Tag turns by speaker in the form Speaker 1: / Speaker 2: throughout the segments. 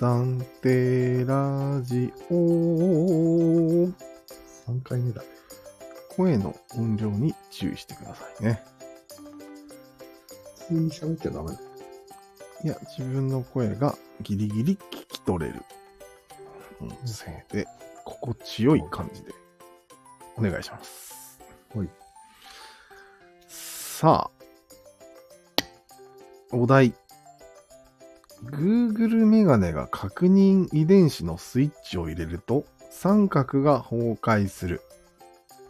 Speaker 1: 暫定ラジオ。
Speaker 2: 3回目だ。
Speaker 1: 声の音量に注意してくださいね。
Speaker 2: 普通に喋ってダメだ。
Speaker 1: いや、自分の声がギリギリ聞き取れる音声で、心地よい感じで、お願いします。
Speaker 2: はい。
Speaker 1: さあ、お題。Google メガネが確認遺伝子のスイッチを入れると、三角が崩壊する。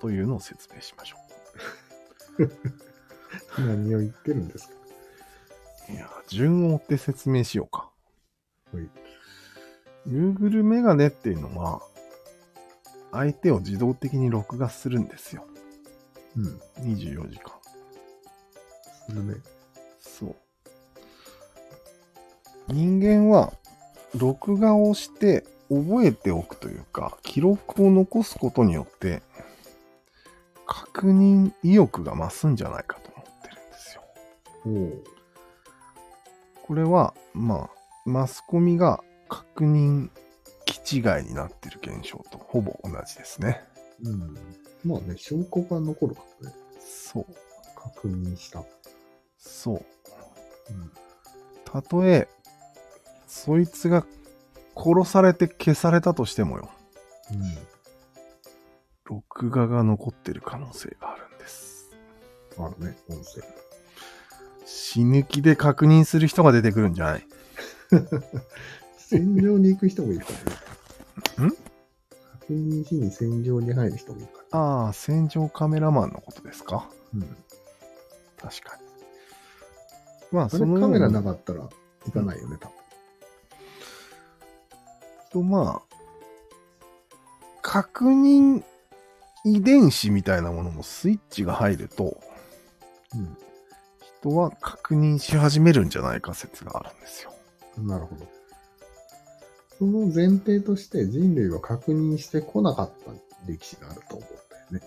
Speaker 1: というのを説明しましょ
Speaker 2: 何を言ってるんですか
Speaker 1: う。いや、順を追って説明しようか。
Speaker 2: はい。
Speaker 1: Google メガネっていうのは、相手を自動的に録画するんですよ。
Speaker 2: うん。
Speaker 1: 24時間。
Speaker 2: するね。
Speaker 1: そう。人間は、録画をして覚えておくというか、記録を残すことによって、確認意欲が増すんじゃないかと思ってるんですよ。
Speaker 2: おう。
Speaker 1: これは、まあ、マスコミが確認気違いになってる現象とほぼ同じですね。
Speaker 2: うん。まあね、証拠が残るからね。
Speaker 1: そう。
Speaker 2: 確認した。
Speaker 1: そう。
Speaker 2: うん。
Speaker 1: たとえ、そいつが殺されて消されたとしてもよ、録画が残ってる可能性があるんです。
Speaker 2: うん。あるね、音声。
Speaker 1: 死ぬ気で確認する人が出てくるんじゃない
Speaker 2: 戦場に行く人もいるからね。
Speaker 1: ん
Speaker 2: 確認しに戦場に入る人もいるから。
Speaker 1: ああ、戦場カメラマンのことですか
Speaker 2: うん。
Speaker 1: 確かに。まあ、
Speaker 2: そ
Speaker 1: そ
Speaker 2: れ
Speaker 1: の
Speaker 2: カメラな
Speaker 1: か
Speaker 2: かったら行かないよね、多分。
Speaker 1: と、まあ、確認遺伝子みたいなものもスイッチが入ると、人は確認し始めるんじゃないか説があるんですよ。
Speaker 2: うん。なるほど。その前提として人類は確認してこなかった歴史があると思うんだよね。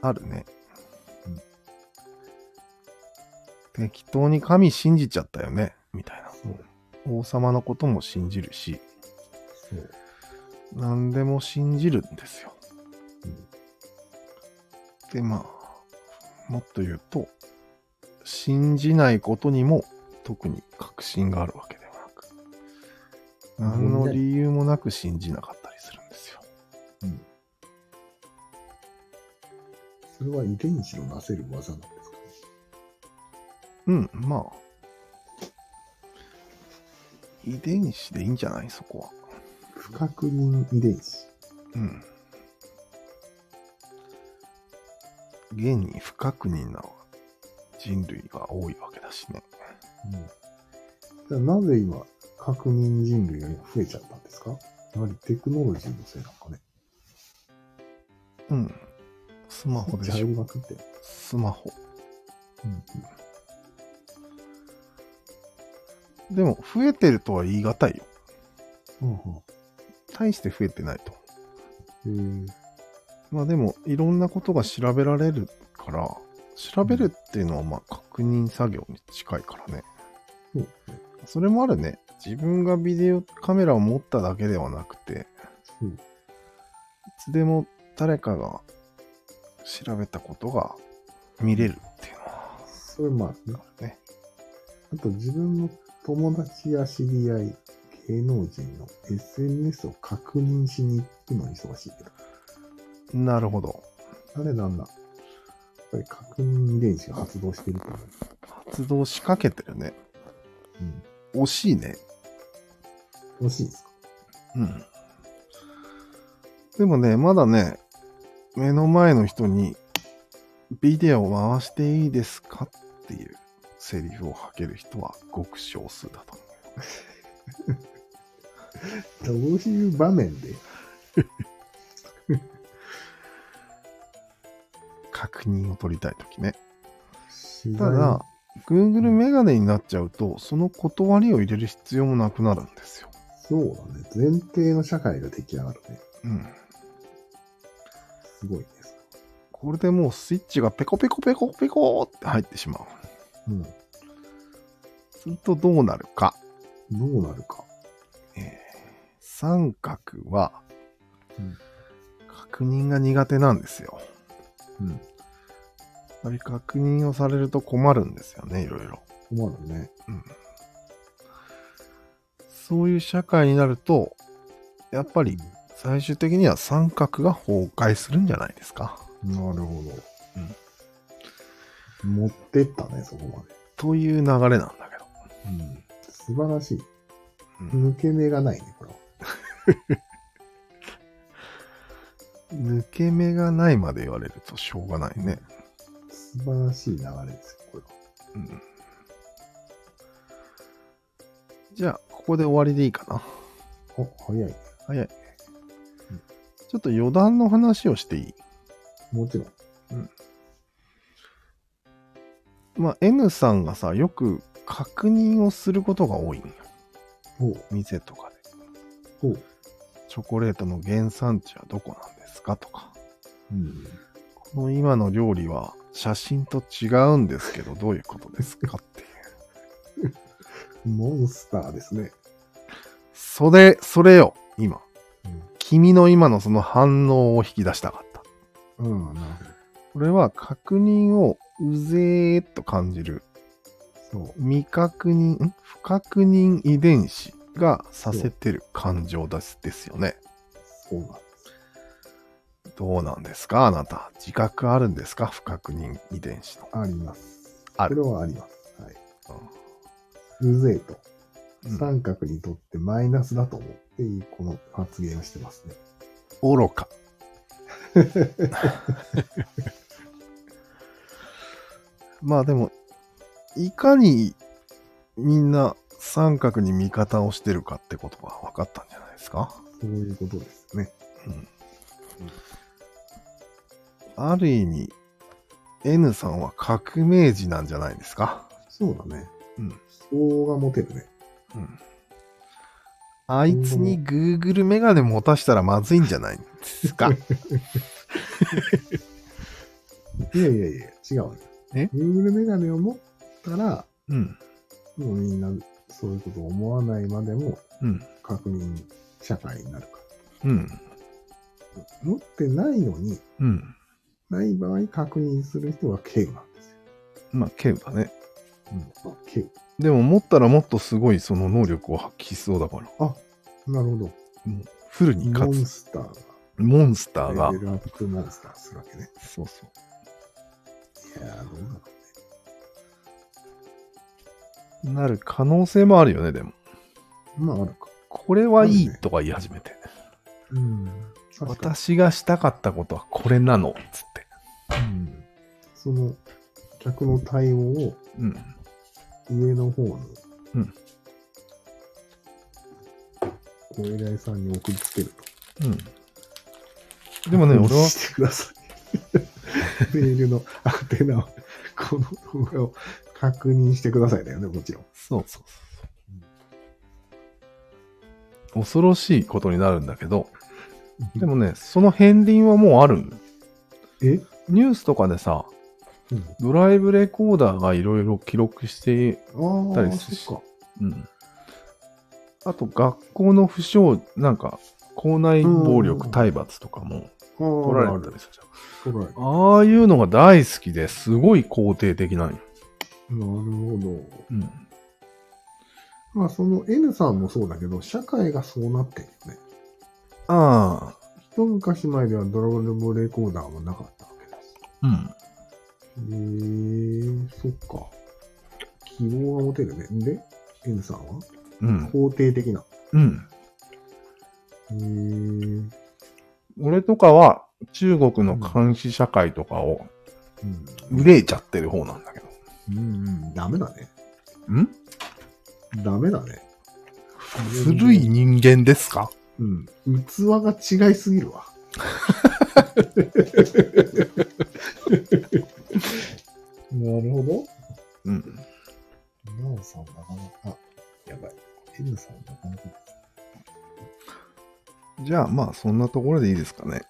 Speaker 1: あるね。
Speaker 2: うん
Speaker 1: 適当に神信じちゃったよね、みたいな。王様のことも信じるし、
Speaker 2: そう。
Speaker 1: 何でも信じるんですよ。で、まあ、もっと言うと、信じないことにも特に確信があるわけではなく、何の理由もなく信じなかったりするんですよ。
Speaker 2: うん。それは遺伝子のなせる技なんですかね。
Speaker 1: うん、まあ。遺伝子でいいんじゃないそこは。
Speaker 2: 不確認遺伝子。
Speaker 1: うん。現に不確認な人類が多いわけだしね。
Speaker 2: うん。なぜ今、確認人類が今増えちゃったんですかやはりテクノロジーのせいなのかね。
Speaker 1: うん。スマホでし
Speaker 2: 入
Speaker 1: ょ。
Speaker 2: りまくって。
Speaker 1: スマホ。
Speaker 2: うん。
Speaker 1: でも、増えてるとは言い難いよ。
Speaker 2: うん
Speaker 1: 大して増えてないと。
Speaker 2: うん。へ
Speaker 1: まあでも、いろんなことが調べられるから、調べるっていうのはまあ確認作業に近いからね。
Speaker 2: えそうね。
Speaker 1: それもあるね。自分がビデオカメラを持っただけではなくて、
Speaker 2: うん
Speaker 1: いつでも誰かが調べたことが見れるっていうのは
Speaker 2: それもあるな。
Speaker 1: あるね。
Speaker 2: あと自分の友達や知り合い、芸能人の SNS を確認しに行くのに忙しいけど。
Speaker 1: なるほど。
Speaker 2: 誰なんだやっぱり確認遺伝子が発動してると思う。
Speaker 1: 発動しかけてるね。
Speaker 2: うん。
Speaker 1: 惜しいね。
Speaker 2: 欲しいですか
Speaker 1: うん。でもね、まだね、目の前の人にビデオを回していいですかっていうセリフを吐ける人はごく少数だと思う。
Speaker 2: どういう場面で
Speaker 1: 確認を取りたいときね。
Speaker 2: 取
Speaker 1: た
Speaker 2: 材
Speaker 1: だ、Google メガネになっちゃうと、その断りを入れる必要もなくなるんですよ。
Speaker 2: そうだね。前提の社会が出来上がるね。
Speaker 1: うん。
Speaker 2: すごいです。
Speaker 1: これでもうスイッチがペコペコペコペコって入ってしまう。
Speaker 2: うん。
Speaker 1: するとどうなるか。
Speaker 2: どうなるか。
Speaker 1: え三角は、
Speaker 2: うん
Speaker 1: 確認が苦手なんですよ。
Speaker 2: うん。
Speaker 1: やっぱり確認をされると困るんですよね、いろいろ。
Speaker 2: 困るね。
Speaker 1: そういう社会になると、やっぱり最終的には三角が崩壊するんじゃないですか。
Speaker 2: なるほど。持ってったね、そこまで。
Speaker 1: という流れなんだけど。
Speaker 2: うん。素晴らしい。
Speaker 1: うん
Speaker 2: 抜け目がないね、これは。
Speaker 1: 抜け目がないまで言われるとしょうがないね。
Speaker 2: 素晴らしい流れですよ、これは。
Speaker 1: うんじゃあ、ここで終わりでいいかな。
Speaker 2: お、早いね。
Speaker 1: 早い。
Speaker 2: うん
Speaker 1: ちょっと余談の話をしていい
Speaker 2: もちろん。
Speaker 1: まあ、N さんがさ、よく確認をすることが多いんよ。
Speaker 2: ほう、
Speaker 1: 店とかで。
Speaker 2: ほう。
Speaker 1: チョコレートの原産地はどこなんですかとか。
Speaker 2: うん。
Speaker 1: この今の料理は写真と違うんです けど、どういうことですかっていう。
Speaker 2: モンスターですね。
Speaker 1: それ、それよ、今。
Speaker 2: うん
Speaker 1: 君の今のその反応を引き出したかった。
Speaker 2: うん、なる
Speaker 1: これは確認をうぜーっと感じる
Speaker 2: ほど。そう。
Speaker 1: 未確認、ん不確認遺伝子がさせてる感情ですですよね。
Speaker 2: そうなんです。
Speaker 1: どうなんですかあなた。自覚あるんですか不確認遺伝子の。
Speaker 2: あります。
Speaker 1: ある
Speaker 2: これはあります。はい。うぜえと。
Speaker 1: うん
Speaker 2: 三角にとってマイナスだと思って、この発言をしてますね。
Speaker 1: 愚か。まあでも、いかにみんな三角に味方をしてるかってことが分かったんじゃないですか
Speaker 2: そういうことですね。
Speaker 1: ある意味、N さんは革命児なんじゃないですか、
Speaker 2: そうだね。
Speaker 1: うん。
Speaker 2: そうが持てるね。
Speaker 1: うん、あいつに Google メガネ持たしたらまずいんじゃないですか
Speaker 2: いやいやいや、違う
Speaker 1: え
Speaker 2: ね。Google メガネを持ったら、
Speaker 1: うん。
Speaker 2: もうみんなそういうことを思わないまでも
Speaker 1: うん。
Speaker 2: 確認社会になるか
Speaker 1: うん。
Speaker 2: ら。持ってないのに、
Speaker 1: うん。
Speaker 2: ない場合確認する人は軽なんですよ。
Speaker 1: まあ、ケウだね。
Speaker 2: うん。まあ、軽。
Speaker 1: でも持ったらもっとすごいその能力を発揮しそうだから。
Speaker 2: あ、なるほど。
Speaker 1: もうフルに
Speaker 2: モ
Speaker 1: 勝
Speaker 2: ン
Speaker 1: つ
Speaker 2: スター
Speaker 1: モンスター
Speaker 2: が
Speaker 1: が
Speaker 2: レ。ベルアップモンスターするわけね。
Speaker 1: そうそう。
Speaker 2: いやー、どうなの
Speaker 1: なる可能性もあるよね、でも。
Speaker 2: まあ、あるか。
Speaker 1: これはい
Speaker 2: ある
Speaker 1: い
Speaker 2: ね
Speaker 1: とか言い始めて。
Speaker 2: うん。確か
Speaker 1: 私がしたかったことはこれなの、つって。
Speaker 2: に。うんその、客の対応を
Speaker 1: うん。
Speaker 2: 上の方に、
Speaker 1: うん
Speaker 2: ご依頼さんに送りつけると。
Speaker 1: うん。でもね、
Speaker 2: 確認
Speaker 1: 俺は、
Speaker 2: してください。メールの宛名を、この動画を確認してくださいだよね、もちろん。
Speaker 1: そうそうそう。恐ろしいことになるんだけど、でもね、その片鱗はもうあるん
Speaker 2: え、
Speaker 1: ニュースとかでさ、ドライブレコーダーがいろいろ記録して、
Speaker 2: うん、あ
Speaker 1: た
Speaker 2: あ
Speaker 1: り、するし
Speaker 2: そっか。
Speaker 1: うん。あと、学校の不祥、なんか、校内暴力体罰とかも
Speaker 2: 取
Speaker 1: 取られたりするじゃん。
Speaker 2: 取られた。な
Speaker 1: ああいうのが大好きですごい肯定的なんよ。
Speaker 2: るほど。
Speaker 1: うん。
Speaker 2: まあ、その N さんもそうだけど、社会がそうなってるよね。
Speaker 1: ああ、
Speaker 2: 一昔前ではドラゴンボールレコーダーもなかったわけだし。
Speaker 1: うん。
Speaker 2: へえー、そっか。希望が持てるね。で、N さんは
Speaker 1: うん。
Speaker 2: 肯定的な。
Speaker 1: うん。
Speaker 2: へえー、
Speaker 1: 俺とかは中国の監視社会とかを
Speaker 2: うん。
Speaker 1: 憂いちゃってる方なんだけど。
Speaker 2: うんうん、ダメだね。
Speaker 1: ん
Speaker 2: ダメだね。
Speaker 1: 古い人間ですか
Speaker 2: うん。器が違いすぎるわ。なるほど。
Speaker 1: うん。
Speaker 2: なおさんなかなか、あやばい。N さんなかなか。
Speaker 1: じゃあまあそんなところでいいですかね。